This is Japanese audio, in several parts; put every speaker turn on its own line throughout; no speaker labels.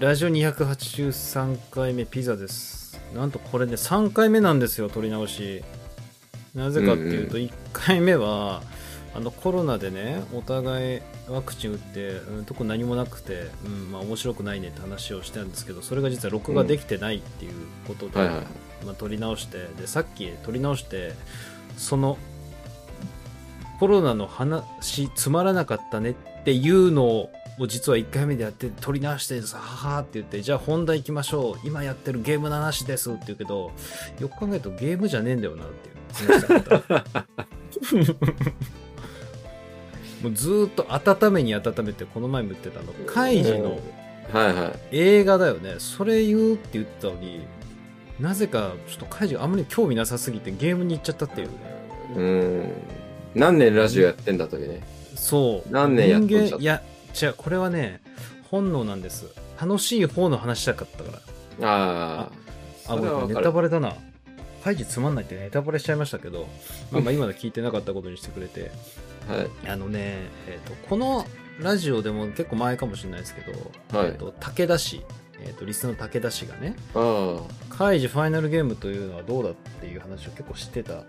ラジオ283回目ピザですなんとこれね3回目なんですよ撮り直しなぜかっていうと1回目は、あのコロナでねお互いワクチン打って、うん、特に何もなくて、うんまあ、面白くないねって話をしたんですけどそれが実は録画できてないっていうことで、
はいはいはい
まあ、撮り直してでさっき撮り直してそのコロナの話つまらなかったねっていうのを実は1回目でやって撮り直してさははって言ってじゃあ本題行きましょう今やってるゲームの話ですって言うけどよく考えるとゲームじゃねえんだよなっていう 話だったもうずーっと温めに温めてこの前も言ってたあのカイジの
はいはい。
映画だよねそれ言うって言ってたのになぜかちょっとカイジがあんまり興味なさすぎてゲームに行っちゃったっていうね
うーん。何年ラジオやってんだというね。
そう。
何年やっとんじゃ
人間いや、違う、これはね、本能なんです。楽しい方の話したかったから。
ああ。
あ、
それは
俺、
わ
ネ
か
タ
る。
バレだな。ハイジつまんないってネタバレしちゃいましたけど、まあまあ今の聞いてなかったことにしてくれて、
はい。
あのね、えーと、このラジオでも結構前かもしれないですけど、
はい
えーと武田氏、えーと、リスナーの武田氏がね、
あ
カイジファイナルゲームというのはどうだっていう話を結構してたと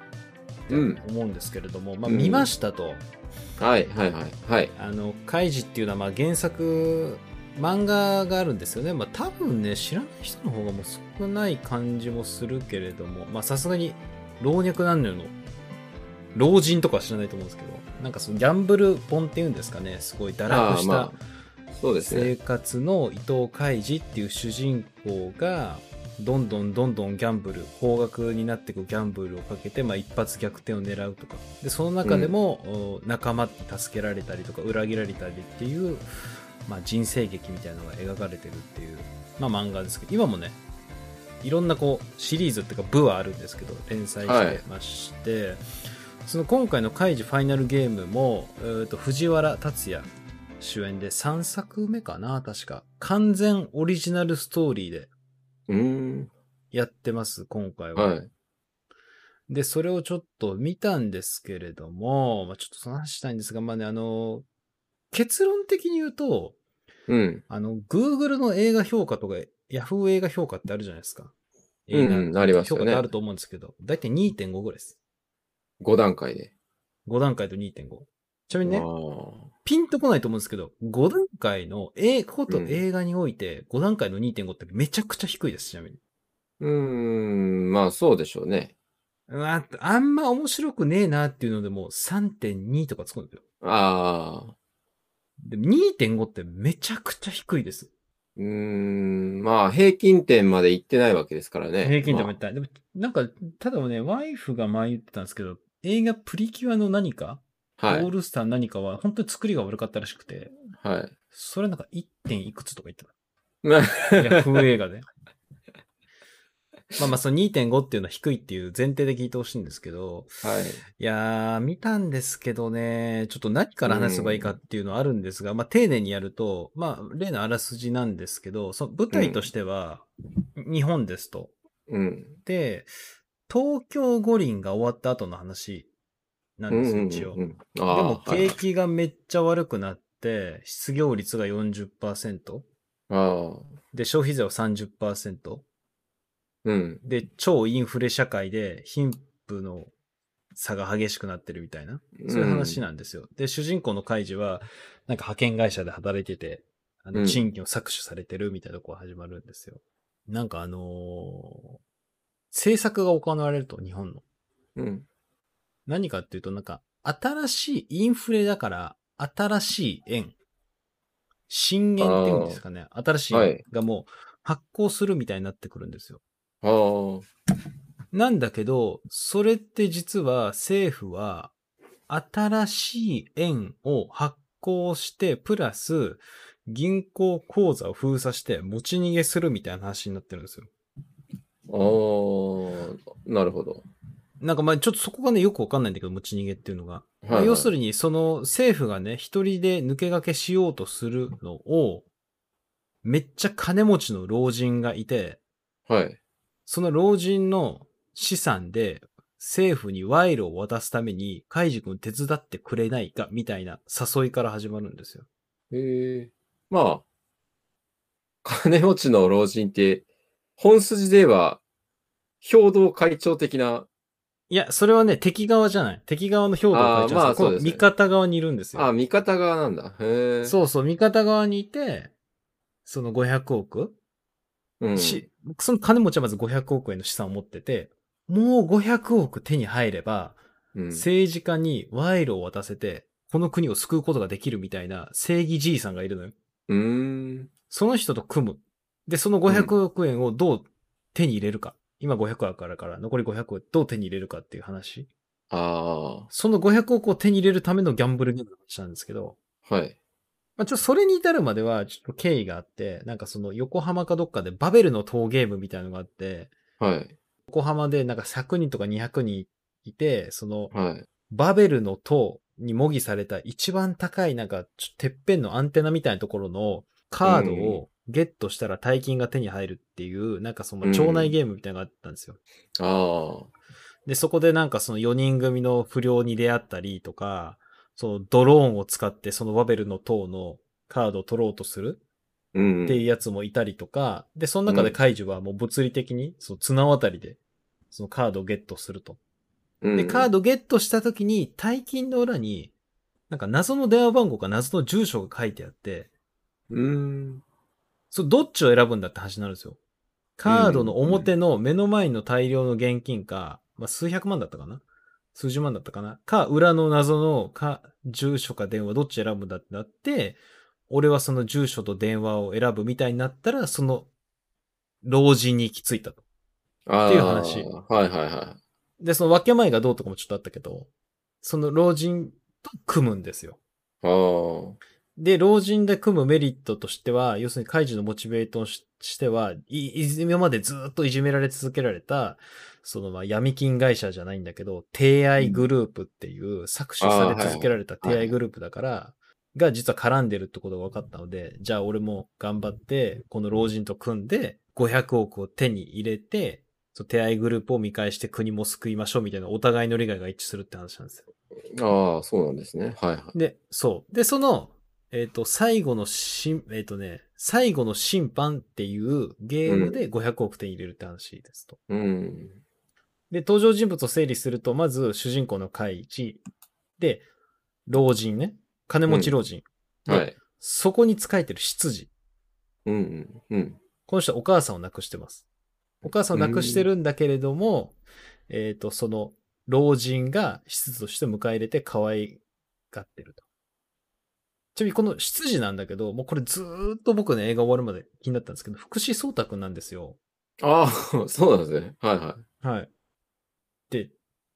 うん
思うんですけれども、まあ
うん
見ましたと。
あ。はいはいはい。はい。
あの、カイジっていうのはまあ原作、漫画があるんですよね。まあ多分ね、知らない人の方がもう少ない感じもするけれども、まあさすがに老若男女の老人とかは知らないと思うんですけど、なんかそのギャンブル本っていうんですかね、すごい堕
あ
落
あ、
した
まあ。そうです
生
ね。
活の伊藤海二っていう主人公が、どんどんどんどんギャンブル、高額になっていくギャンブルをかけて、まあ一発逆転を狙うとか。で、その中でも、お仲間に助けられたりとか、裏切られたりっていう、まあ人生劇みたいなのが描かれてるっていう、まあ漫画ですけど、今もね、いろんなこう、シリーズっていうか部はあるんですけど、連載してまして、その今回の「カイジファイナルゲームも」えーと藤原竜也主演で3作目かな確か完全オリジナルストーリーで
うーん。
やってます今回は、
はい。
でそれをちょっと見たんですけれども、まあ、ちょっとその話したいんですがまあねあの結論的に言うと
うん。
あの Google の映画評価とか Yahoo 映画評価ってあるじゃないですか
う
映
ん、うん。
画
あります
評
よ
価って
ね
あ。ると思うんですけど、だいたい2.5ぐらいです
5段階で。
5段階と2.5ちなみにね
あ、あ
ピンとこないと思うんですけど、5段階の、え、こと
うん
映画において、5段階の2.5ってめちゃくちゃ低いです、ちなみに。
うーん。まあ、そうでしょうね。
うわあんま面白くねえなっていうのでもう3.2とかつくんですよ。
ああ。
でも2.5ってめちゃくちゃ低いです。
うーん。まあ、平均点まで行ってないわけですからね。
平均点も言
まあ
った。でも、なんか、ただね、ワイフが前言ってたんですけど、映画プリキュアの何か、
は
オー
い。
ルスターの何かは、本当に作りが悪かったらしくて、
はい。
それなんか 1. 点いくつとか言ってた。
ま あ
いや、風映画ね。まあまあ、その2.5っていうのは低いっていう前提で聞いてほしいんですけど、
はい。
いやー、見たんですけどね、ちょっと何から話せばいいかっていうのはあるんですが、まあ丁寧にやると、まあ例のあらすじなんですけど、その舞台としては、日本ですと。
うん。
で、東京五輪が終わった後の話なんですよ、一応。
うんうんうん
で
ああ
も
は
景
い
気がめっちゃ悪くなって、失業率が40%。
ああ。
で、消費税は30%。
うん。
で、超インフレ社会で貧富の差が激しくなってるみたいな、そういう話なんですよ。で、主人公のカイジは、なんか派遣会社で働いてて、あ
う
の、
ん
賃金を搾取されてるみたいなとこが始まるんですよ。なんかあのー政策が行われると、日本の。
うん。
何かっていうと、なんか、新しいインフレだから、新しい円。新元っていうんですかね。新しい
は
円
い
がもう発行するみたいになってくるんですよ。
ああ。
なんだけど、それって実は政府は新しい円を発行して、プラス銀行口座を封鎖して持ち逃げするみたいな話になってるんですよ。
ああ。なるほど。
なんかまあちょっとそこがね、よくわかんないんだけど、持ち逃げっていうのが。まあ
はいはい
要するに、その政府がね、一人で抜け駆けしようとするのを、めっちゃ金持ちの老人がいて、
はい。
その老人の資産で政府に賄賂を渡すために、カイジ君手伝ってくれないかみたいな誘いから始まるんですよ。
へえ。まあ。か金持ちの老人って、本筋で言えば、兵道会長的な、
いや、それはね、敵側じゃない。敵側の兵頭会長
あーまあ
この
そうですね
味方側にいるんですよ。
あ、味方側なんだ。へえ。
そうそう、味方側にいて、その500億、
うん。
しその金持ちはまず500億円の資産を持ってて、もう500億手に入れば、
うん
政治家に賄賂を渡せて、この国を救うことができるみたいな正義じいさんがいるのよ。
うーん。
その人と組む。で、その500億円をどう手に入れるか。今500億あるから、残り500億をどう手に入れるかっていう話。
あ
その500億を手に入れるためのギャンブルゲームの話なんですけど、
あ。はい。
まあ、ちょっとそれに至るまでは、ちょっと経緯があって、なんかその横浜かどっかでバベルの塔ゲームみたいなのがあって、
はい。
横浜でなんか100人とか200人いて、その
はい。
バベルの塔に模擬された一番高いなんかちょてっぺんのアンテナみたいなところのカードをゲットしたら大金が手に入るっていう、なんかその町内ゲームみたいなのがあったんですよ。
あ
で、そこでなんかその4人組の不良に出会ったりとか、そのドローンを使ってそのバベルの塔のカードを取ろうとする
あ。うん。
っていうやつもいたりとか、で、その中でカイジュはもう物理的に、その綱渡りで、そのカードをゲットすると。
うん
で、カードゲットした時に、大金の裏に、なんか謎の電話番号か謎の住所が書いてあって、
うーん。
そう、どっちを選ぶんだって話になるんですよ。カードの表の目の前の大量の現金か、まあ、数百万だったかな数十万だったかなか、裏の謎のか、住所か電話どっち選ぶんだってなって、俺はその住所と電話を選ぶみたいになったら、その、老人に行き着いたと。
ああ。
っていう話
はいはいは
で、その分け前がどうとかもちょっとあったけど、その老人と組むんですよ。
い。ああ。
で、老人で組むメリットとしては、要するにカイジのモチベートとししては、い、いじめまでずっといじめられ続けられた、そのまあ闇金会社じゃないんだけど、低愛グループっていう搾取され続けられた
はい
低愛グループだから、が実は絡んでるってことが分かったので、じゃあ俺も頑張って、この老人と組んで、500億を手に入れて、その手愛グループを見返して国も救いましょうみたいなお互いの利害が一致するって話なんですよ。
ああ、そうなんですね。はいはい。
で、そう。で、その、えっ、と、最後のしん、えっ、とね、最後の審判っていうゲームで500億点入れるって話ですと。
うん。
で、登場人物を整理すると、まず主人公のカイジ、で、老人ね、金持ち老人、で
はい。
そこに仕えてる執事。
うんうん。うん。
この人はお母さんを亡くしてます。お母さんを亡くしてるんだけれども、えっ、と、その老人が執事として迎え入れて可愛がってると。ちなみにこの執事なんだけど、もうこれずーっと僕ね、映画終わるまで気になったんですけど、福士蒼太くんなんですよ。
ああ、そうなんですね。はいは
はい。で、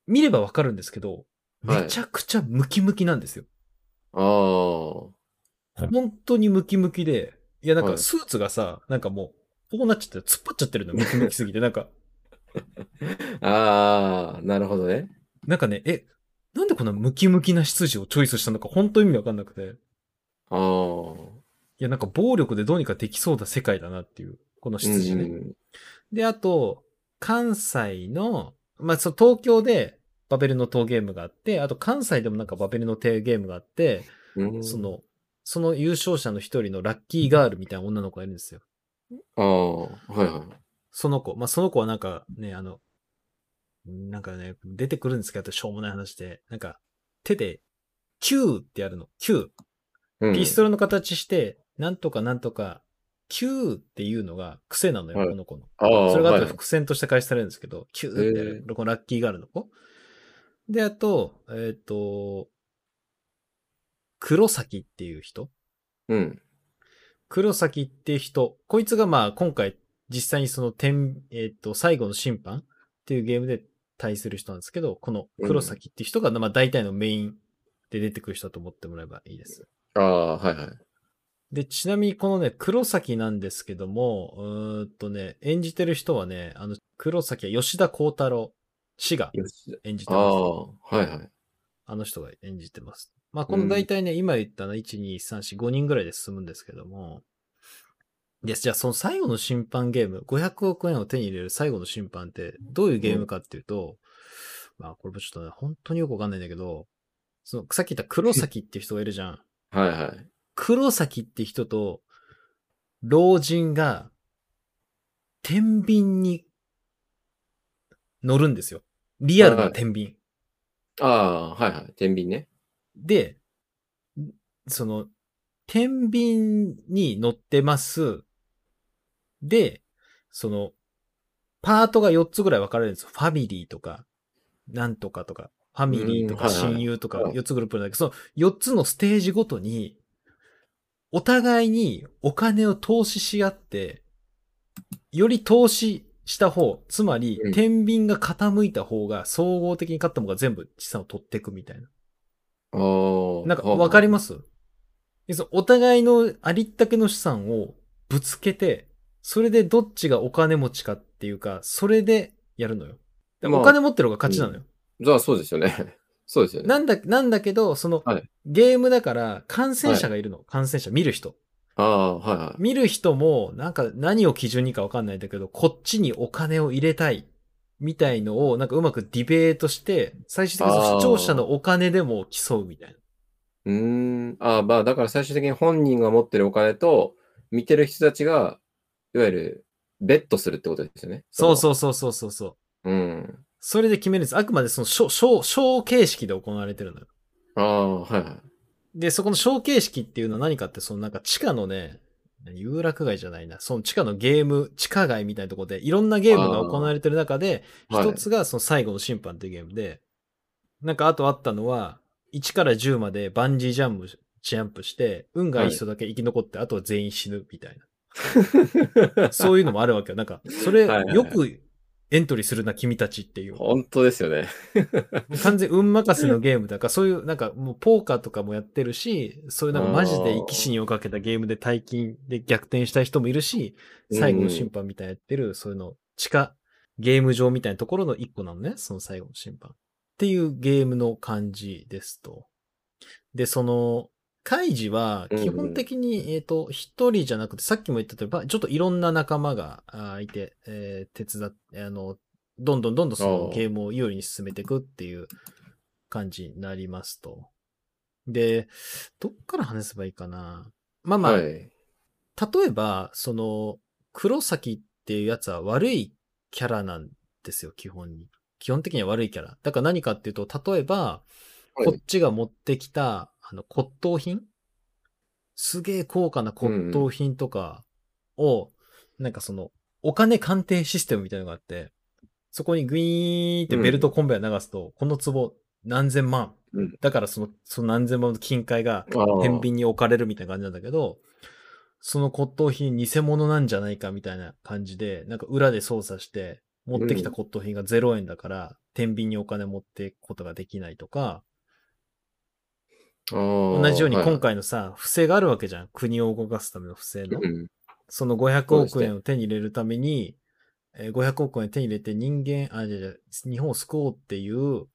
見ればわかるんですけど、
はい
めちゃくちゃムキムキなんですよ。
い。
はい
本当にムキムキで、いやなん
は
か
い
スーツがさ、なんかもう、こうなっちゃって突っ張っちゃってるの、ムキムキすぎて、なんか、
ああ。ああ、なるほどね。
なんかね、え、なんでこんなムキムキな執事をチョイスしたのか本当意味わかんなくて。
ああ。
いや、なんか暴力でどうにかできそうな世界だなっていう、この執事ね。
うん
で、あと、関西の、まあ、そう、東京でバベルの塔ゲームがあって、あと関西でもなんかバベルの塔ゲームがあって、
うん。うん
そ、の、その優勝者の一人のラッキーガールみたいな女の子がいるんですよ。
ああ、はいはい。
その子。まあ、その子はなんかね、あの、なんかね、出てくるんですけど、しょうもない話で、なんか、手で、9ってやるの。9。
うん
ピストルの形して、なんとかなんとか、9っていうのが癖なのよ、
はい
この子の。
ああ、
それが
は
あ
い
と伏線として返されるんですけど、9ってやる、このラッキーガールの子。で、あと、えっ、と、黒崎っていう人。
うん。
黒崎って人。こいつがまあ今回実際にその天、えっ、と、最後の審判っていうゲームで対する人なんですけど、この黒崎って人が、まあ大体のメインで出てくる人だと思ってもらえばいいです。
ああ、はいはい。
で、ちなみにこのね、黒崎なんですけども、うーんとね、演じてる人はね、あの、黒崎は吉田幸太郎氏が
よし
演じて
あ
ます。
あ、はいはい。
あの人が演じてます。まあ、この大体ね、今言ったの、1、2、3、4、5人ぐらいで進むんですけども。です。じゃあ、その最後の審判ゲーム、500億円を手に入れる最後の審判って、どういうゲームかっていうと、まあ、これもちょっとね、本当によくわかんないんだけど、その、さっき言った黒崎っていう人がいるじゃん。
はいはい。
黒崎って人と、老人が、天秤に乗るんですよ。リアルな天秤。
ああー、はいはい。天秤ね。
で、その、天秤に乗ってます。で、その、パートが4つぐらい分かれるんですよ。ファミリーとか、なんとかとか、ファミリーと
う
か、
んはいはい
親友とか、
はい
4つグループなんだけど、その4つのステージごとに、お互いにお金を投資し合って、より投資した方、つまり
うん、
天秤が傾いた方が、総合的に勝った方が全部資産を取っていくみたいな。
ああ。
なんか、
はあ
わかりますでそのお互いのありったけの資産をぶつけて、それでどっちがお金持ちかっていうか、それでやるのよ。で
まあ
お金持ってる方が勝ちなのよ。
じゃあそうですよね。そうですよね。
なんだ、なんだけど、その、
はい
ゲームだから、感染者がいるの。感染者、見る人。
ああ、はいはい。
見る人も、なんか何を基準にかわかんないんだけど、こっちにお金を入れたい。みたいのを、なんかうまくディベートして、最終的にその視聴者のお金でも競うみたいな。
うーん。ああ、まあ、だから最終的に本人が持ってるお金と、見てる人たちが、いわゆる、ベットするってことですよね。
そう
う。
そうそうそうそうそう。
うん。
それで決めるんです。あくまでその小、小、小形式で行われてるのよ。
ああ、はいはい。
で、そこの小形式っていうのは何かって、そのなんか地下のね、有楽街じゃないな。その地下のゲーム、地下街みたいなところで、いろんなゲームが行われてる中で、
はい
一つがその最後の審判っていうゲームで、なんかあとあったのは、1から10までバンジージャンプ、ジャンプして、運がいい人だけ生き残って、あとは全員死ぬみたいな。 そういうのもあるわけよ。なんか、それ、
はいはいはい
よくエントリーするな、君たちっていう。
本当ですよね。
完全運任せのゲームだから、そういうなんかもうポーカーとかもやってるし、そういうなんかマジで生き死にをかけたゲームで大金で逆転したい人もいるし、最後の審判みたいなやってる、そういうの、地下、ゲーム場みたいなところの一個なのね、その最後の審判。っていうゲームの感じですと。で、その、カイジは基本的に、えっと、一人じゃなくて、さっきも言ったとおりば、ちょっといろんな仲間があーいて、えー手伝って、あの、どんどんどんどんその
あー
ゲームを有利に進めていくっていう感じになりますと。で、どっから話せばいいかな。まあまあ、
はい。
例えば、その、黒崎っていうやつは悪いキャラなんですよ、基本に。基本的には悪いキャラ。だから何かっていうと、例えば、
はい
こっちが持ってきた、あの、骨董品すげえ高価な骨董品とかを、なんかその、お金鑑定システムみたいなのがあって、そこにグイーンってベルトコンベア流すと、この壺何千万。
うん
だからその、その何千万の金塊が、
ああ
天秤に置かれるみたいな感じなんだけど、その骨董品偽物なんじゃないかみたいな感じで、なんか裏で操作して、持ってきた骨董品が0円だから、天秤にお金持っていくことができないとか、
同
同じように今回のさ、不正があるわけじゃん。国を動かすための不正の。
うん
その
そ
500
うです
億
ね
円を手に入れるために、えー500億円手に入れて人間、あ、じゃ日本を救おうっていう、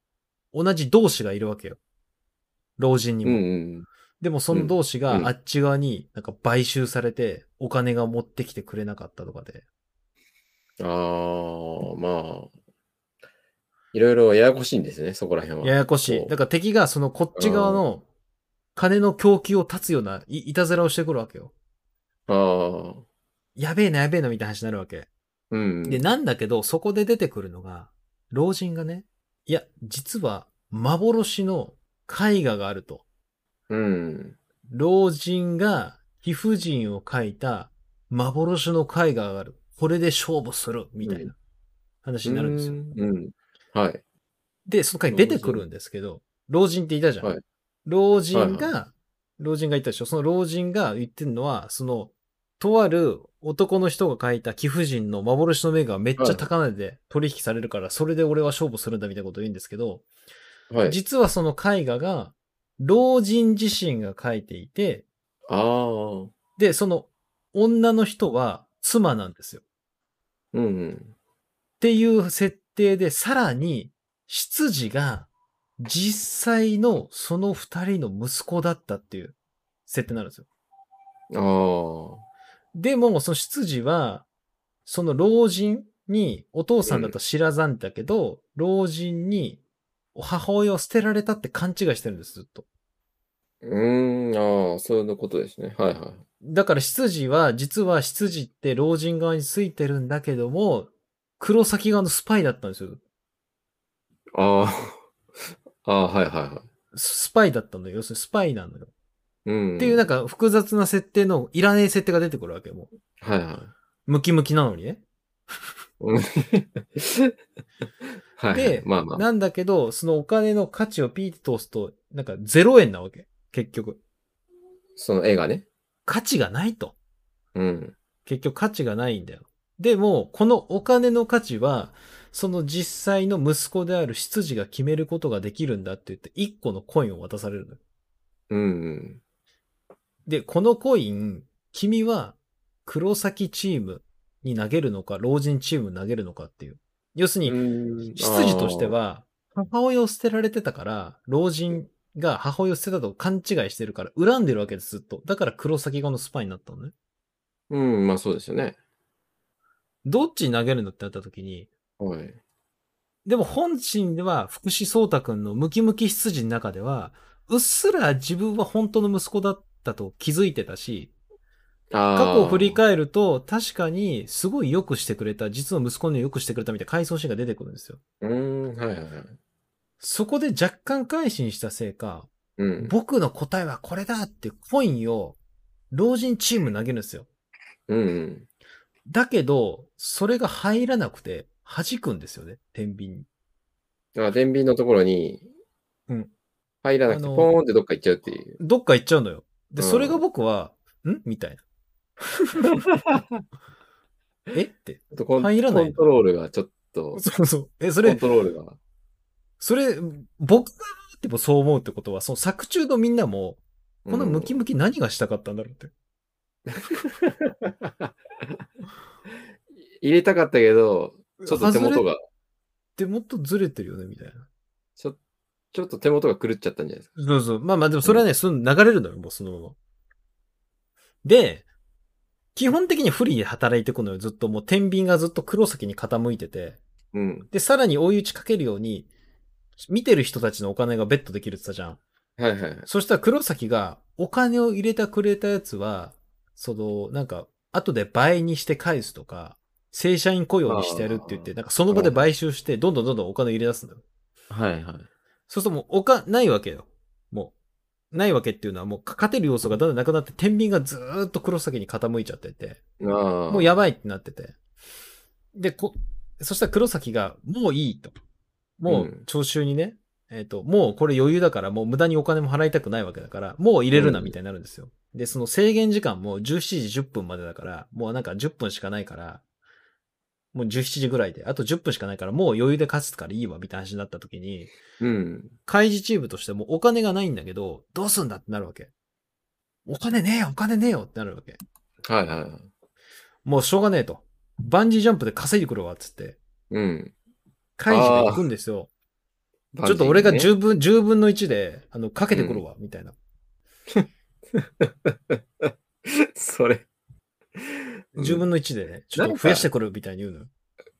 同じ同志がいるわけよ。老人に
う
も。
んうん。
でもその同士
うん
があっち側になんか買収されてお金が持ってきてくれなかったとかで。
ああ、まあ。いろいろややこしいんですね、そこら辺は。
ややこし
そ
い。
う
だから敵がそのこっち側の金の供給を断つようないいたずらをしてくるわけよ。
ああ。
やべえなやべえなみたいな話になるわけ。
うん。
で、なんだけどそこで出てくるのが老人がね、いや、実は幻の絵画があると。
うん。
老人が貴婦人を描いた幻の絵画がある。これで勝負するみたいな話になるんですよ。
うん。はい。
で、その回出てくるんですけど、老人っていたじゃん。
はい
老人が、
はい
老人がいたでしょ。その老人が言ってるのは、その、とある男の人が書いた貴婦人の幻の名画がめっちゃ高値で取引されるから、それで俺は勝負するんだみたいなことを言うんですけど、
はい。
実はその絵画が、老人自身が書いていて、
ああ。
で、その女の人は妻なんですよ。
うん。
っていう設定で、さらに、執事が、実際のその二人の息子だったっていう設定になるんですよ。
ああ。
でも、その執事は、その老人に、お父さんだと知らざんだけど、老人に、母親を捨てられたって勘違いしてるんです、ずっと。
うーん、ああ、そういうことですね。はいはい。
だから執事は、実は執事って老人側についてるんだけども、黒崎側のスパイだったんですよ。
ああ、ああ、はいはいはい。
スパイだったのよ。要するにスパイなのよ。
うん。
っていうなんか複雑な設定の、いらねえ設定が出てくるわけよもう。
はいはい。
ムキムキなのにね。
うんはいはい。
で
まあまあ。
なんだけど、そのお金の価値をピーって通すと、なんか0円なわけ。結局。
その絵がね。
価値がないと。
うん。
結局価値がないんだよ。でも、このお金の価値は、その実際の息子である執事が決めることができるんだって言って、1個のコインを渡されるのよ。
うん。
で、このコイン、君は黒崎チームに投げるのか、老人チームに投げるのかっていう。要するに、
執
執事として、は、母親を捨てられてたから、老人が母親を捨てたと勘違いしてるから、恨んでるわけです、ずっと。だから黒崎側のスパイになったのね。
あーうん、まあそうですよね。
どっちに投げるのってなった時に、
はい。
でも本心では福士蒼太くんのムキムキ執事の中では、うっすら自分は本当の息子だったと気づいてたし、
ああ。
過去を振り返ると確かにすごい良くしてくれた、実の息子に良くしてくれたみたいな回想シーンが出てくるんですよ。
うーん、はいはいはい。
そこで若干改心したせいか、
うん。
僕の答えはこれだってコインを老人チームに投げるんですよ。
うんうん。
だけど、それが入らなくて弾くんですよね、天秤に。
あ、天秤のところに、
うん。
入らなくて、
あ
ポ
の
ーンってどっか行っちゃうっていう。
どっか行っちゃうのよ。で、
うん
それが僕は、んみ たいな。えって。
ちょっとコン
入らない
コントロールがちょっと、
そうそう。え、そ
コン
れ、
トロールが。
それ、僕がでもそう思うってことは、その作中のみんなも、このムキムキ何がしたかったんだろうって。
うん入れたかったけど、ちょっと手元
外れっ
が、
てもっとずれてるよね、みたいな。
ちょちょっと手元が狂っちゃったんじゃないですか。
そうそう。まあまあ、でもそれはね、その流れるのよ、もうそのまま。で、基本的に不利で働いてくのよ、ずっと。もう天秤がずっと黒崎に傾いてて。
うん。
で、さらに追い打ちかけるように、見てる人たちのお金がベットできるって言ったじゃん。
はいはいはい。
そしたら黒崎が、お金を入れてくれたやつは、その、なんか、後で倍にして返すとか、正社員雇用にしてやるって言って、
あー
なんかその場で買収して、どんどんどんどんお金を入れ出すのよ。
はいはい。
そうするともう、おか、ないわけよ。もう。ないわけっていうのはもう、勝てる要素がだんだんなくなって、天秤がずーっと黒崎に傾いちゃってて、
ああ。
もうや
い。
ばいってなってて。で、こ、そしたら黒崎が、もういいと。も
うん
う、聴衆にね、えっ、と、もうこれ余裕だから、もう無駄にお金も払いたくないわけだから、もう入れるな
うん
みたいになるんですよ。で、その制限時間も17時10分までだから、もうなんか10分しかないから、もう17時ぐらいで、あと10分しかないから、もう余裕で勝つからいいわ、みたいな話になった時に、
うん。
開示チームとしてもお金がないんだけど、どうすんだってなるわけ。お金ねえよ、お金ねえよってなるわけ。
はいはいはい。
もうしょうがねえと。バンジージャンプで稼いでくるわ、つって。
うん。
開示が行くんですよ。ちょっと俺が10分、10分の1で、あの、かけてくるわ、みたいな。
それ。
10分
の、
の1でね、ちょっと増やしてくるみたいに言うのよ。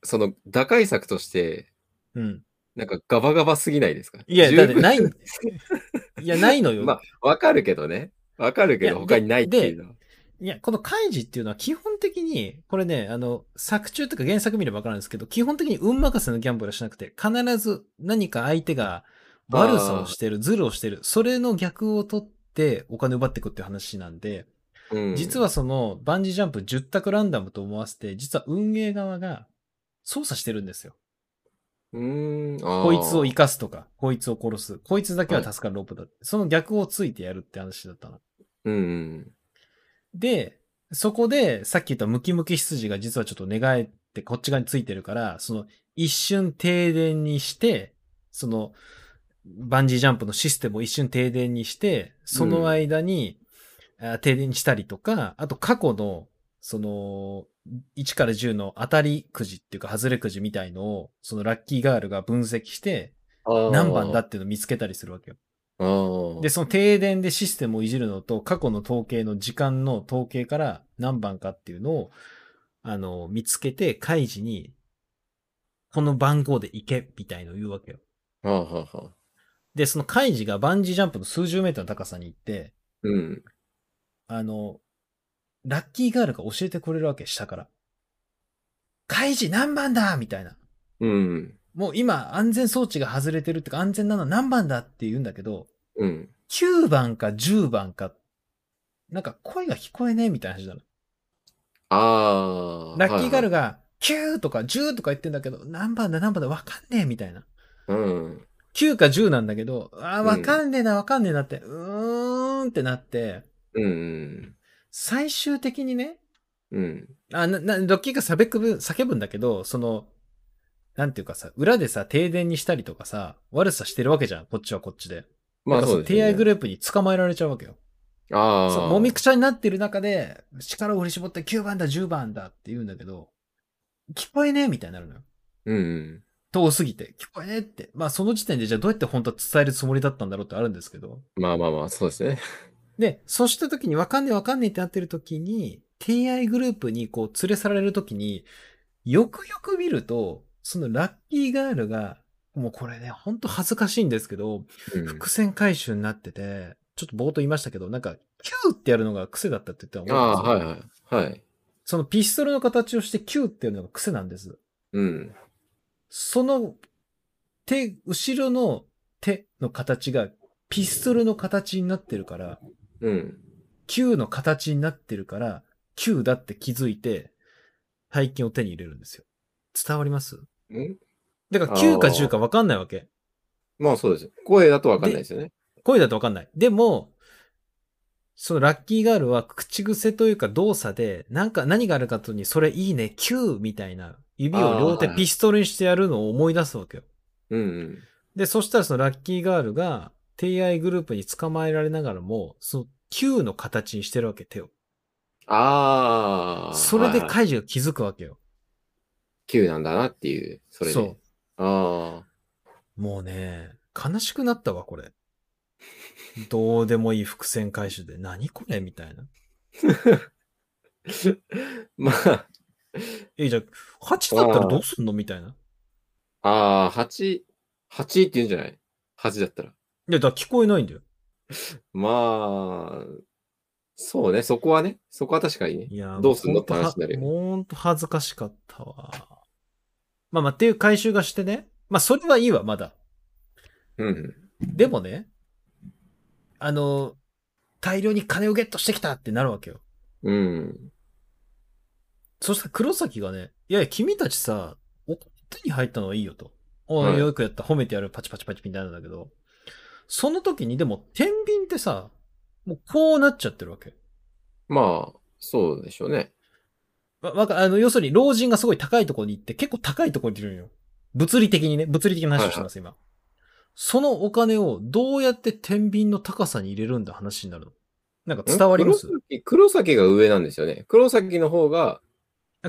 その、打開策として、
うん。
なんかガバガバすぎないですか
いや、
十
だっ
分
てない、いや、ないのよ。
まあ、わかるけどね。わかるけど、
いや
他にないっていうのは。
いや、この開示っていうのは基本的に、これね、あの、作中とか原作見ればわかるんですけど、基本的に運任せのギャンブルはしなくて、必ず何か相手が悪さをしてる、ズルをしてる、それの逆を取ってお金を奪っていくっていう話なんで、
うん
実は、そのバンジージャンプ10択ランダムと思わせて、実は運営側が操作してるんですよ。
うーん、
こ
こ
いつを生かすとか、こいつを殺す、こいつだけは助かるロープだって、その逆をついてやるって話だったの。
うんうん。
で、そこで、さっき言ったムキムキ羊が実はちょっと寝返ってこっち側についてるから、その一瞬停電にして、そのバンジージャンプのシステムを一瞬停電にして、その間に、あ停電にしたりとか、あと過去の、その、1から10の当たりくじっていうか、外れくじみたいのを、そのラッキーガールが分析して、何番だっていうのを見つけたりするわけよ。
あー
で、その停電でシステムをいじるのと、過去の統計の時間の統計から何番かっていうのを、あの、見つけて、開示に、この番号で行け、みたいのを言うわけよ。
はあはあはあ
で、そのカイジがバンジージャンプの数十メートルの高さに行って、
うん。
あの、ラッキーガールが教えてくれるわけ、下から。カイジ何番だみたいな。
うん。
もう今、安全装置が外れてるってか、安全なのは何番だって言うんだけど、
うん。
9番か10番か、なんか声が聞こえねえみたいな話なの。
ああ。
ラッキーガール
が。
が9とか10とか言ってんだけど、何番だ何番だわかんねえみたいな。
うん。
9か10なんだけど、あー、
うん
わかんねえな、わかんねえなって、うーんってなって、
うん。
最終的にね、
うん。
あ、な、な、ロッキーが叫ぶ、叫ぶんだけど、その、なんていうかさ、裏でさ、停電にしたりとかさ、悪さしてるわけじゃん、こっちはこっちで。
ま
なん
あ
か
そ
そうの
ですよ
TI グ
ね。
ループに捕まえられちゃうわけよ。
ああ。
そうもみくちゃになってる中で、力を振り絞って9番だ、10番だって言うんだけど、聞こえねえみたいになるのよ。
うん。
遠すぎて、聞こえねえって。まあその時点でじゃあどうやって本当は伝えるつもりだったんだろうってあるんですけど。
まあまあまあ、そうですね。
で、そうした時にわかんねえわかんねえってなってる時に、TI グループにこう連れ去られる時に、よくよく見ると、そのラッキーガールが、もうこれね、ほんと恥ずかしいんですけど、
うん
伏線回収になってて、ちょっと冒頭言いましたけど、なんか、キューってやるのが癖だったって言った
あ
ら
あ、
覚えてます
はいはい。はい。
そのピストルの形をしてキューってやるのが癖なんです。
うん。
その手、後ろの手の形がピストルの形になってるから、
うん。
球の形になってるから、球だって気づいて、背筋を手に入れるんですよ。伝わります
ん
だから9か
あー
10か分かんないわけ。
まあそうです。声だとわかんないですよね。
声だと分かんない。でも、そのラッキーガールは口癖というか動作で、なんか何があるかとに、それいいね、9みたいな、指を両手
あー
ピストルにしてやるのを思い出すわけよ。
うんうん。
で、そしたらそのラッキーガールが TI グループに捕まえられながらも、その9の形にしてるわけ、手を。
ああ。
それで
はいはい
カイジが気づくわけよ。
9なんだなっていう、それで。
そう。
ああ。
もうね、悲しくなったわ、これ。どうでもいい伏線回収で、何これみたいな。
まあ、
え、じゃあ、8だったらどうすんのみたいな。
ああ、8、8って言うんじゃない ?8 だったら。
いや、だから聞こえないんだよ。
まあ、そうね、そこはね、そこは確かにね。
いや
どうすんの
もほとは
って話になるよ
もうほんと恥ずかしかったわ。まあまあ、っていう回収がしてね。まあ、それはいいわ、まだ。
うん。
でもね、あの、大量に金をゲットしてきたってなるわけよ。
うん。
そしたら黒崎がね、いやいや、君たちさ、お手に入ったのはいいよと。お
はい
よくやった、褒めてやる、パチパチパチみたいなんだけど、その時にでも、天秤ってさ、もうこうなっちゃってるわけ。
まあ、そうでしょうね。
わ、わか、あの、要するに老人がすごい高いところに行って、結構高いところにいるんよ。物理的にね、物理的な話をしてます、今。そのお金をどうやって天秤の高さに入れるんだ話になるの。なんか
ん
伝わります
黒崎黒崎が上なんですよね。黒崎の方が、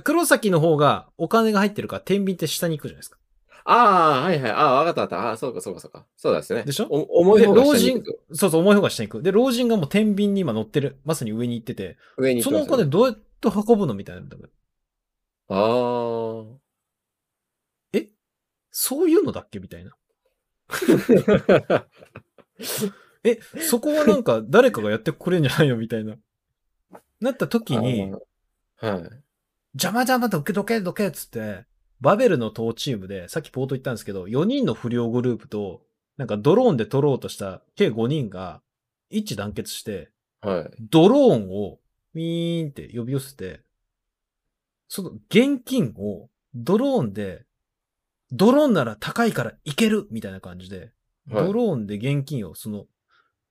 黒崎の方がお金が入ってるから天秤って下に行くじゃないですか。
ああ、はいはい、ああ、わかったわかった。ああ、そうかそうかそうか。そうですね。
でしょ
お重い方が
で老
下に
人
行くと
そうそう、重い方が下に行く。で、老人がもう天秤に今乗ってる。まさに上に行ってて、
上に行
そ
きま
の
す
お
よ
金
ね
どうやって運ぶのみたいな。
ああ。
そういうのだっけみたいな。 え、そこはなん か誰かがやってくれんじゃないよみたいな。なった時に、
あー、 はい。
邪魔邪魔どけどけどけっつって、バベルの塔チームで、さっきポート言ったんですけど、4人の不良グループと、なんかドローンで撮ろうとした計5人が、一致団結して、
はい。
ドローンを、ウィーンって呼び寄せて、その現金をドローンで、ドローンなら高いからいけるみたいな感じで、
はい
ドローンで現金をその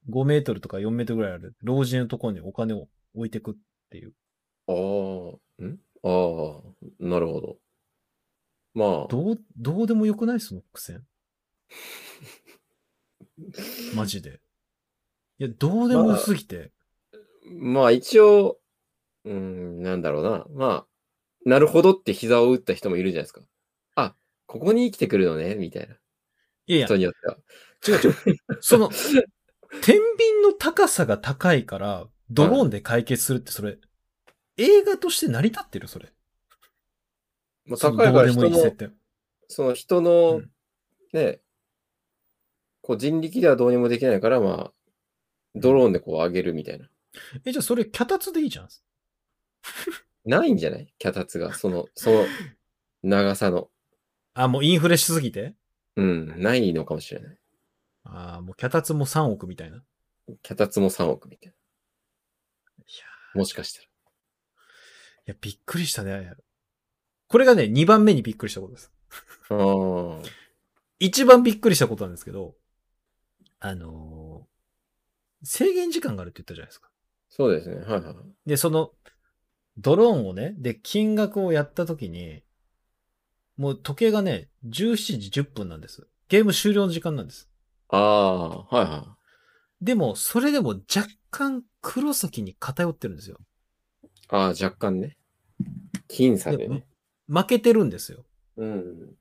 5メートルとか4メートルぐらいある老人のところにお金を置いてく。
ああ、んああ、なるほど。まあ、
どう、どうでもよくないその伏 線。マジで。いや、どうでもよすぎて。
まあ一応、うーん、なんだろうな。まあ、なるほどって膝を打った人もいるじゃないですか。あ、ここに生きてくるのね、みたいな。
いやいや
人、によっては。
違う違う。その、天秤の高さが高いから、ドローンで解決するってそれ、映画として成り立ってるそれ。
まあ、
その
高いか
ど
ら
う
人
でもいい設
の、
定。
その人の、
うん
ね、こう人力ではどうにもできないから、まあ、ドローンでこう上げるみたいな。
え、じゃあそれ、脚立でいいじゃん。
ないんじゃない脚立が、その、 その長さの。
あ、もうインフレしすぎて
うん、ないのかもしれない。
ああ、もう脚立も3億みたいな。い
脚立も3億みた
や
いな。もしかしたら。
いや、びっくりしたね。これがね、2番目にびっくりしたことです。
あー
一番びっくりしたことなんですけど、あのー制限時間があるって言ったじゃないですか。
そうですね。はいはい。
で、その、ドローンをね、で、金額をやったときに、もう時計がね、17時10分なんです。ゲーム終了の時間なんです。
ああー、はいは
でも、それでも若干黒崎に偏ってるんですよ。
い。ああ、若干ね。僅差でね。
で負けてるんですよ。
うん。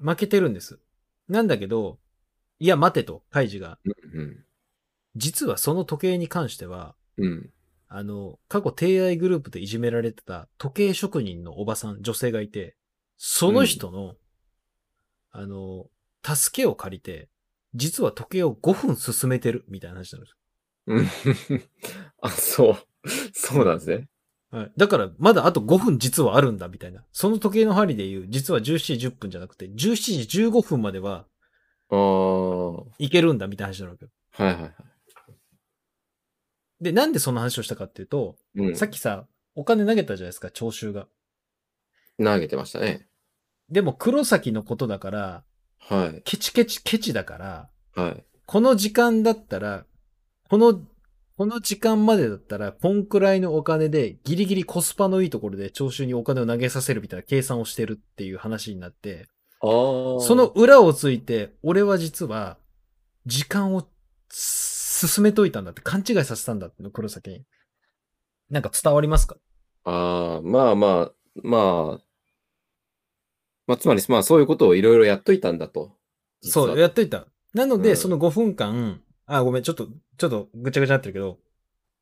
負けてるんです。なんだけど、いや、待てと、カイジが。
うん。
実はその時計に関しては、
うん。
あの、過去低愛グループでいじめられてた時計職人のおばさん、女性がいて、その人の、あの、助けを借りて、実は時計を5分進めてるみたいな話なんです
うん あ、そう。そうなんですね。
よ。はい。だから、まだあと5分実はあるんだみたいな。その時計の針で言う、実は17時10分じゃなくて、17時15分までは
ああ、はい
けるんだみたいな話になるわけよ。
はいはい。
で、なんでその話をしたかっていうと、
うん、
さっきさ、お金投げたじゃないですか、徴収が。
投げてましたね。
でも黒崎のことだから、
はい。
ケチケチケチだから、
はい。
この時間だったら、この、この時間までだったら、こんくらいのお金で、ギリギリコスパのいいところで徴収にお金を投げさせるみたいな計算をしてるっていう話になって、
ああ。
その、裏をついて、俺は実は、時間をす進めといたんだって、勘違いさせたんだって、黒崎に。なんか伝わりますか
ああ、まあまあ、まあ、まあ、つまり、まあそういうことをいろいろやっといたんだと。実は
そう、やっといた。なので、
うん
その5分間、あ、ごめん、ちょっと、ちょっとぐちゃぐちゃになってるけど、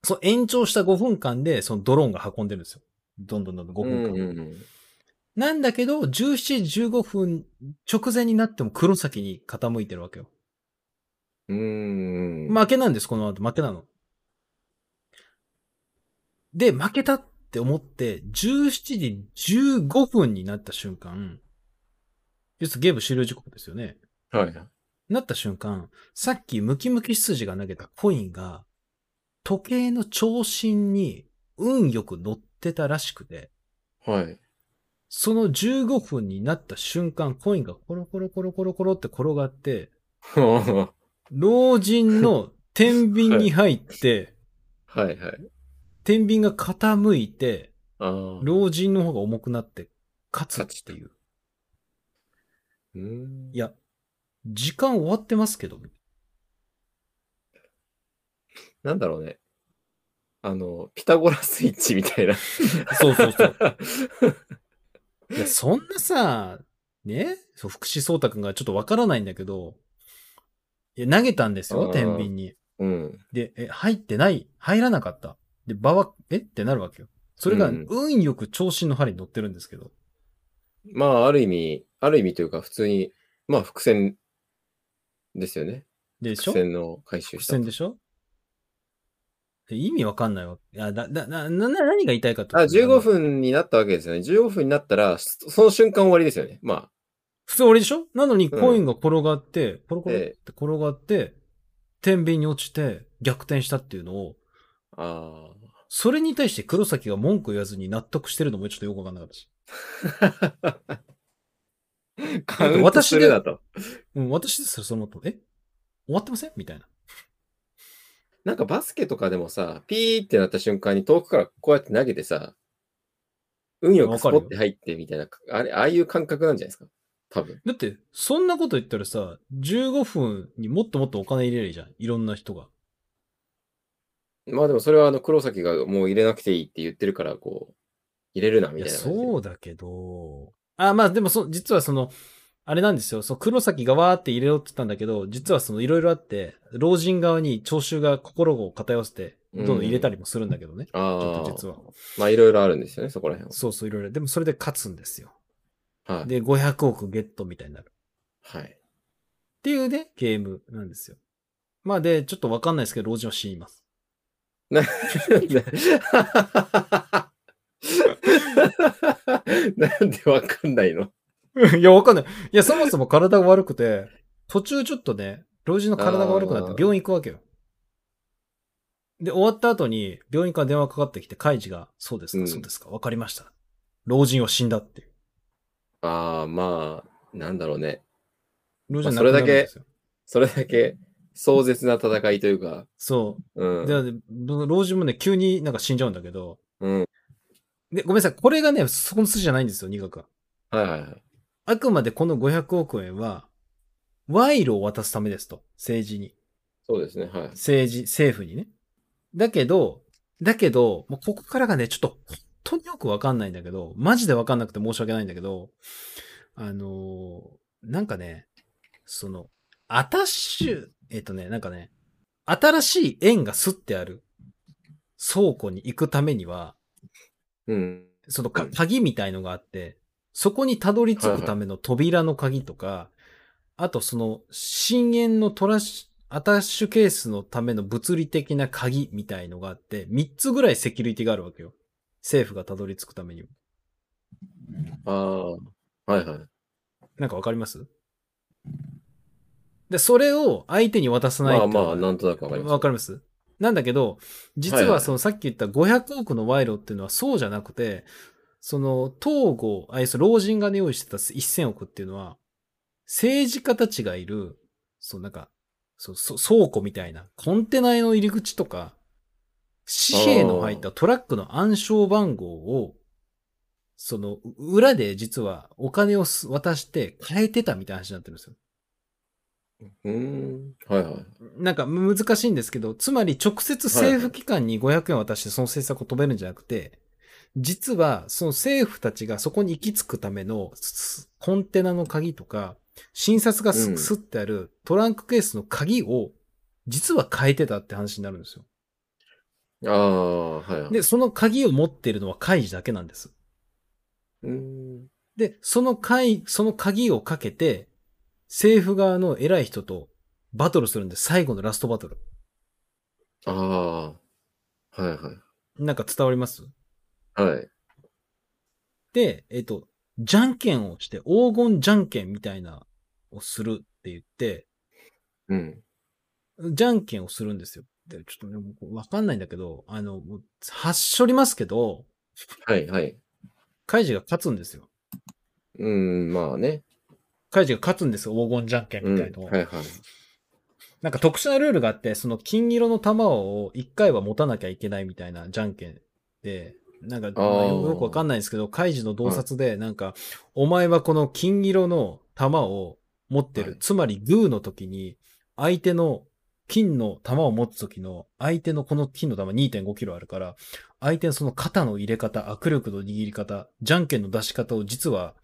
そう、延長した5分間で、そのドローンが運んでるんですよ。どんどんどんどん5
う
分
ん
間。
うんうん。
なんだけど、17時15分直前になっても黒崎に傾いてるわけよ。
うーん。
負けなんです、この後。負けなの。で、負けたって思って、17時15分になった瞬間、要するにゲーム終了時刻ですよね。
はい。
なった瞬間、さっきムキムキ羊が投げたコインが、時計の長針に運よく乗ってたらしくて、
はい。
その15分になった瞬間、コインがコロコロコロコロコロって転がって、老人の天秤に入って、
はいはい。
天秤が傾いて、
ああ。
老人の方が重くなって、勝つっていう。
うーん
いや、時間終わってますけど、
なんだろうね。あの、ピタゴラスイッチみたいな。
そうそうそう。 いや、そんなさ、ねそう、福士蒼太くんがちょっとわからないんだけど、いや、投げたんです
あ
よ、
ー
天秤に。
うん。
で、え、入ってない入らなかった。で、場は、えってなるわけよ。それが、
うん
運よく長身の針に乗ってるんですけど。
まあ、ある意味、ある意味というか、普通に、まあ、伏線ですよね。
でし
伏
ょ
線の回収
伏
した
線
と。
でしょえ意味わかんないわ。いや、だ、だ、な、な、な何が言いたいかって
あ、15。分になったわけですよね。15分になったら、そその瞬間終わりですよね。ま
普通俺でしょなのに
うん
コインが転がって、コロコロっ
え
て転がって、天秤に落ちて逆転したっていうのを、
あ。あ
それに対して黒崎が文句言わずに納得してるのもちょっとよくわかんなかったし。
あ。カウントするなと。
うん、私ですらそう思ったのえ終わってませんみたいな。
なんかバスケとかでもさ、ピーってなった瞬間に遠くからこうやって投げてさ、運よくスポって入ってみたいな、あれ、ああいう感覚なんじゃないですか多分。
だって、そんなこと言ったらさ、15分にもっともっとお金入れるじゃん。いろんな人が。
まあでもそれはあの黒崎がもう入れなくていいって言ってるから、こう、入れるなみ
いや、
たいな感じで。
そうだけど。あ、まあでもそ、実はその、あれなんですよ。そう、黒崎がわーって入れろって言ったんだけど、実はそのいろいろあって、老人側に聴衆が心を偏らせて、どんどん入れたりもするんだけどね。ちょ
あ
っと
あ、
実は。
まあいろいろあるんですよね、そこら辺
そうそう、いろいろ。でもそれで勝つんですよ。
は。は い。
で、500億ゲットみたいになる。
はい。
っていうね、ゲームなんですよ。まあで、ちょっとわかんないですけど、老人は死にます。
ななんでわかんないの
いや、わかんない。いや、そもそも体が悪くて、途中ちょっとね、老人の体が悪くなって
あー
病院行くわけよ。で、終わった後に、病院から電話かかってきて、カイジが、そうですか、
うん
そうですか、わかりました。老人は死んだっていう。
ああ、まあ、なんだろうね。
老人は
まあ
亡くなるんですよ。
それだけ壮絶な戦いというか、
そうう。
ん。
で、老人もね、急になんか死んじゃうんだけど、
うん。
で、ごめんなさい、これがね、そこの筋じゃないんですよ、苦くは。
はいはいはい。
あくまでこの500億円は、賄賂を渡すためですと、政治に。
そうですね。はい。
政治、政府にね。だけど、だけど、もうここからがね、ちょっと、本当によくわかんないんだけど、マジでわかんなくて申し訳ないんだけど、あのーなんかね、その、アタッシュ、えっとね、なんかね、新しい円が吸ってある倉庫に行くためには、
うん。
そのか鍵みたいのがあって、そこにたどり着くための扉の鍵とか、あとその、深淵のトラッシュ、アタッシュケースのための物理的な鍵みたいのがあって、3つぐらいセキュリティがあるわけよ。政府がたどり着くために。
ああ、はいはい。
なんかわかりますで、それを相手に渡さない
ま
と
あまあ、なんとなくわかります。
わかりますなんだけど、実
はいは
はいそのさっき言った500億の賄賂っていうのはそうじゃなくて、その統合、あ、その老人がね用意してた1000億っていうのは、政治家たちがいる、そうなんか、そうそう倉庫みたいな、コンテナの入り口とか、紙幣の入ったトラックの暗証番号を、その、う裏で実はお金をす渡して変えてたみたいな話になってるんですよ。
うーん。はいはい。
なんか難しいんですけど、つまり直接政府機関に500円渡してその政策を止めるんじゃなくて、実はその政府たちがそこに行き着くためのすコンテナの鍵とか、診察が
う
す
ん
すってあるトランクケースの鍵を実は変えてたって話になるんですよ。
ああ、はいはい。
で、その鍵を持ってるのは会議だけなんです。
うーん。
で、その会、その鍵をかけて、政府側の偉い人とバトルするんで最後のラストバトル。
ああ、はいは
なんか伝わります
い。はい。
で、えっ、と、じゃんけんをして、黄金じゃんけんみたいなをするって言って、
うん。
じゃんけんをするんですよ。でちょっとね、もうわかんないんだけど、あの、もうはっしょりますけど、
はいはい。
カイジが勝つんですよ。
うーん、まあね。
カイジが勝つんですよ、黄金じゃんけん
うん。
み
は
た
い
いのを。
はい。
なんか特殊なルールがあって、その金色の玉を一回は持たなきゃいけないみたいなじゃんけんで、なんか、まあよよくわかんないんですけど、カイジの洞察で、なんか、お前はこの金色の玉を持ってる。
はい
つまりグーの時に、相手の金の玉を持つ時の、相手のこの金の玉2.5キロあるから、相手のその肩の入れ方、握力の握り方、じゃんけんの出し方を実は、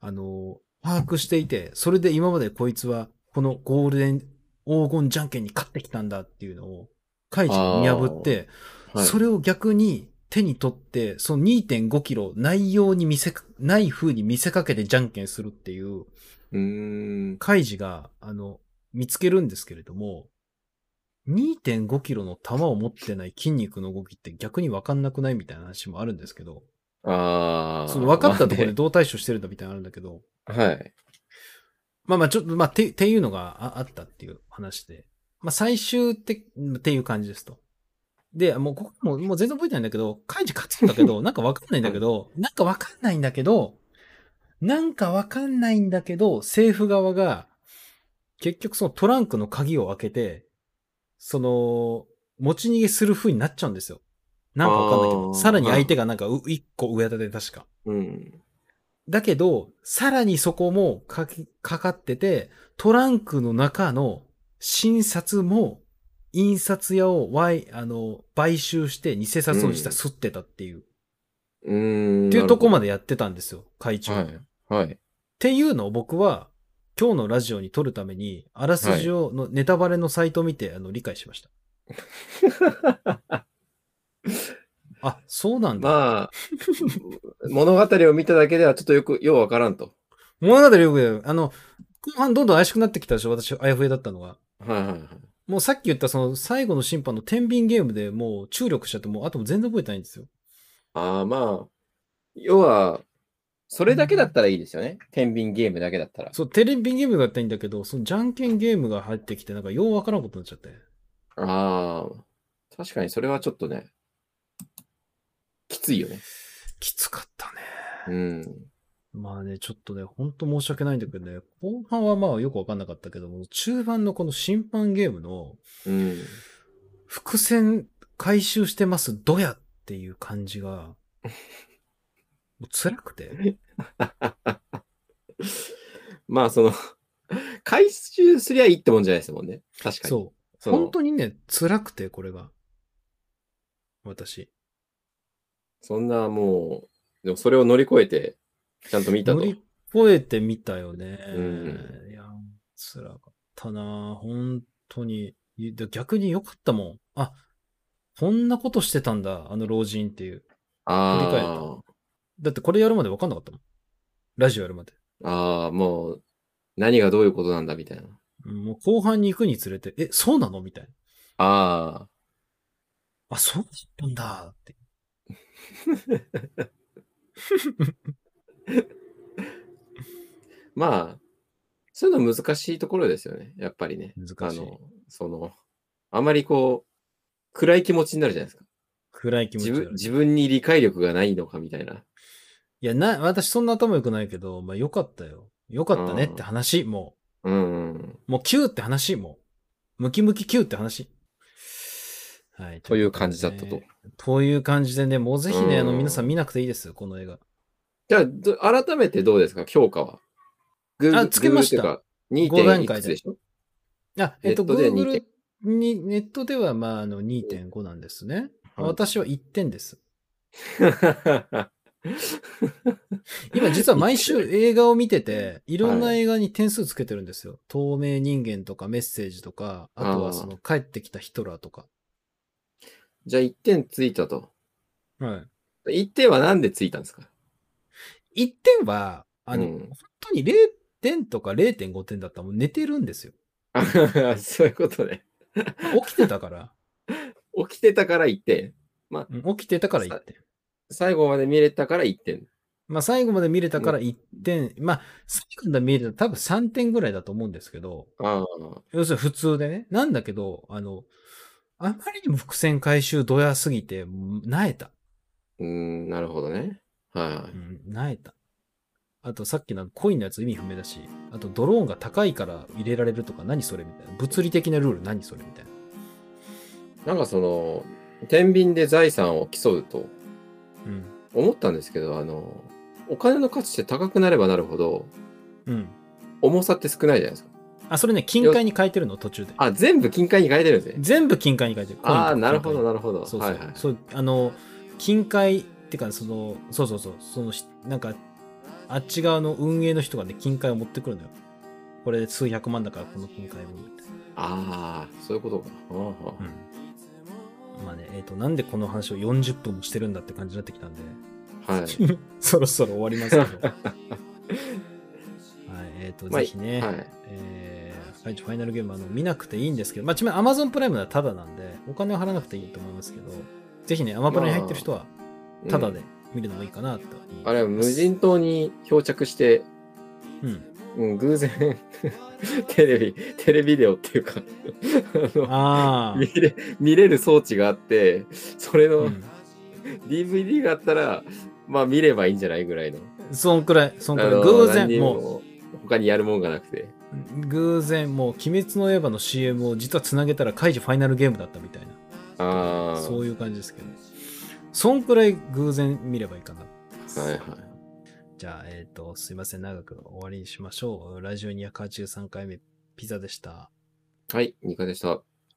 あの、把握していて、それで今までこいつは、このゴールデン黄金じゃんけんに勝ってきたんだっていうのを、カイジが見破って、
はい。
それを逆に手に取って、その2.5キロ内容に見せか、ない風に見せかけてじゃんけんするっていう、
うーん。
カイジが、あの、見つけるんですけれども、2.5キロの球を持ってない筋肉の動きって逆に分かんなくないみたいな話もあるんですけど、
ああ。
その分かったところで
ま
どう対処してるんだみたいなのあるんだけど、
あねはい。
まあまあちょっと、まあて、っていうのがああったっていう話で。まあ最終って、っていう感じですと。で、もうここも、もう全然覚えてないんだけど、カイジ勝つんだけ ど、なんかわかんないんだけど、なんかわかんないんだけど、なんかわかんないんだけど、政府側が、結局そのトランクの鍵を開けて、その、持ち逃げする風になっちゃうんですよ。なんかわかんないけ
あ
ど、
ー
さらに相手がなんかう一個上だで確か。
うん。
だけど、さらにそこもかきかかってて、トランクの中の新札も、印刷屋をわいあの、買収して偽札を実は吸ってたっていう、
うーん。
っていうとこま
で。
でやってたんですよ、会長。っ
はい。はい。
ていうのを僕は、今日のラジオに撮るために、あらすじを、のネタバレのサイトを見て、あの、理解し ました。あ、そうなんだ。
まあ、物語を見ただけではちょっとよく、ようわからんと。
物語よく、あの、後半どんどん怪しくなってきたでしょ私、あやふやだったのが。
はいはいはい。
もうさっき言ったその最後の審判の天秤ゲームでもう注力しちゃって、もうあとも全然覚えてないんですよ。
ああ、まあ、要は、それだけだったらいいですよね。天秤ゲームだけだったら。
そう、テレビゲームだったらいいんだけど、そのじゃんけんゲームが入ってきて、なんかようわからんことになっちゃって。
ああ、確かにそれはちょっとね、きついよね。
きつかったね。
うん。
まあね、ちょっとね、ほんと申し訳ないんだけどね、後半はまあよくわかんなかったけども、中盤のこの審判ゲームの
うん。
伏線回収してます、どやっていう感じが、もう辛くて。
まあ、その、回収すりゃいいってもんじゃないですもんね。確かに。
そう。
その
本当にね、辛くて、これが。私。
そんなもう、でもそれを乗り越えて、ちゃんと見た
乗
と。
り越えてみたよね。
う
いや、辛かったな本当に。いで逆に良かったもん。あ、こんなことしてたんだ、あの老人っていう。振り返
あ
るだってこれやるまで分かんなかったもん。ラジオやるまで。
あ、ああ、もう、何がどういうことなんだみたいな。
うんもう後半に行くにつれて、え、そうなのみたいな。
あ
あ、そうだったんだって。
あ、まあ、そういうの難しいところですよね。やっぱりね。
難しい
あの、その、あまりこう、暗い気持ちになるじゃないですか。
暗い気持ち
自
にな
分
る。
自分に理解力がないのかみたいな。
いや、な、私そんな頭良くないけど、まあ良かったよ。良かったねって話、も
うん、うん。
う。もう Q って話、もう。ムキムキ Q って話。はい。
という感じだった
という
と
ことでね。。という感じでね、もうぜひね、
うん
あの、皆さん見なくていいですよ、この映画。
じゃあど、改めてどうですか評価は。Google-
あつけました
Google というか
5段階で
2.いくつでしょ
あ、えっと、
ネットで
Google に、ネットでは、まあ、あの、2.5なんですね。
はい
私は1点です。今実は毎週映画を見てて、いろんな映画に点数つけてるんですよ。透明人間とかメッセージとか、あとはその帰ってきたヒトラーとか。
じゃあ1点ついたと。
は
1点はなんでついたんですか
い。1点は、あの、
うん
本当に0点とか0.5点だったらもう寝てるんですよ。
あそういうことね。
起きてたから。
起きてたから1点。
うん起きてたから1点。
最後まで見れたから1点。
まあ最後まで見れたから1点。まあ、最後まで見れたら多分3点ぐらいだと思うんですけど、
ああ。
要するに普通でね。なんだけど、あの、あまりにも伏線回収ドヤすぎて、なえた。
うーん、なるほどね。は
うん、なえた。あとさっきの恋のやつ意味不明だし、あとドローンが高いから入れられるとか何それみたいな。物理的なルール何それみたいな。
い。なんかその、天秤で財産を競うと
うん。
思ったんですけど、あの、お金の価値って高くなればなるほど、
うん。
重さって少ないじゃないですか。
あ、それね、金塊に変えてるの途中で。
あ、全部金塊に変えてるんですね。
全部金塊に変えてる。
ああ、
コインとか
なる
金
ほど、
塊
なるほど。
そうそう、
はいはい。
そう、あの、金塊ってか、その、そうそうそう、そのし、なんか、あっち側の運営の人がね、金塊を持ってくるのよ。これ数百万だから、この金塊も。みたい
ああ、そういうことか。あーはー
なうん。まあね、えっ、と、なんでこの話を40分もしてるんだって感じになってきたんで、
はい。
そろそろ終わり ますけど。はい、えっ、と、
まあ
ぜひね、
はい。
えー、はいファイナルゲームあの見なくていいんですけど、まあ、ちなみに Amazon プライムならタダなんで、お金を払わなくていいと思いますけど、ぜひね、アマプラに入ってる人は、
うん
タダで見るのもいいかなと、
あれは無人島に漂着して、
うん。
うん、偶然 テレビ、テレビデオっていうか
あ
あの見れ、見れる装置があって、それ
あ、
の
うん
DVD があったら、まあ見ればいいんじゃないぐらいの。
そんくらい、そんく
あ
らい。
の
偶
何
然、
に
も
他にやるもんがなくて。
う、偶然、もう、鬼滅の刃の CM を実はつなげたら、カイジファイナルゲームだったみたい
あ
な、
あ。
そういう感じですけど、そんくらい偶然見ればいいかな。
はいはい。
じゃあ、えっ、と、すいません、長く終わりにしましょう。ラジオ283回目、ピザでした。
はい、ニカでした。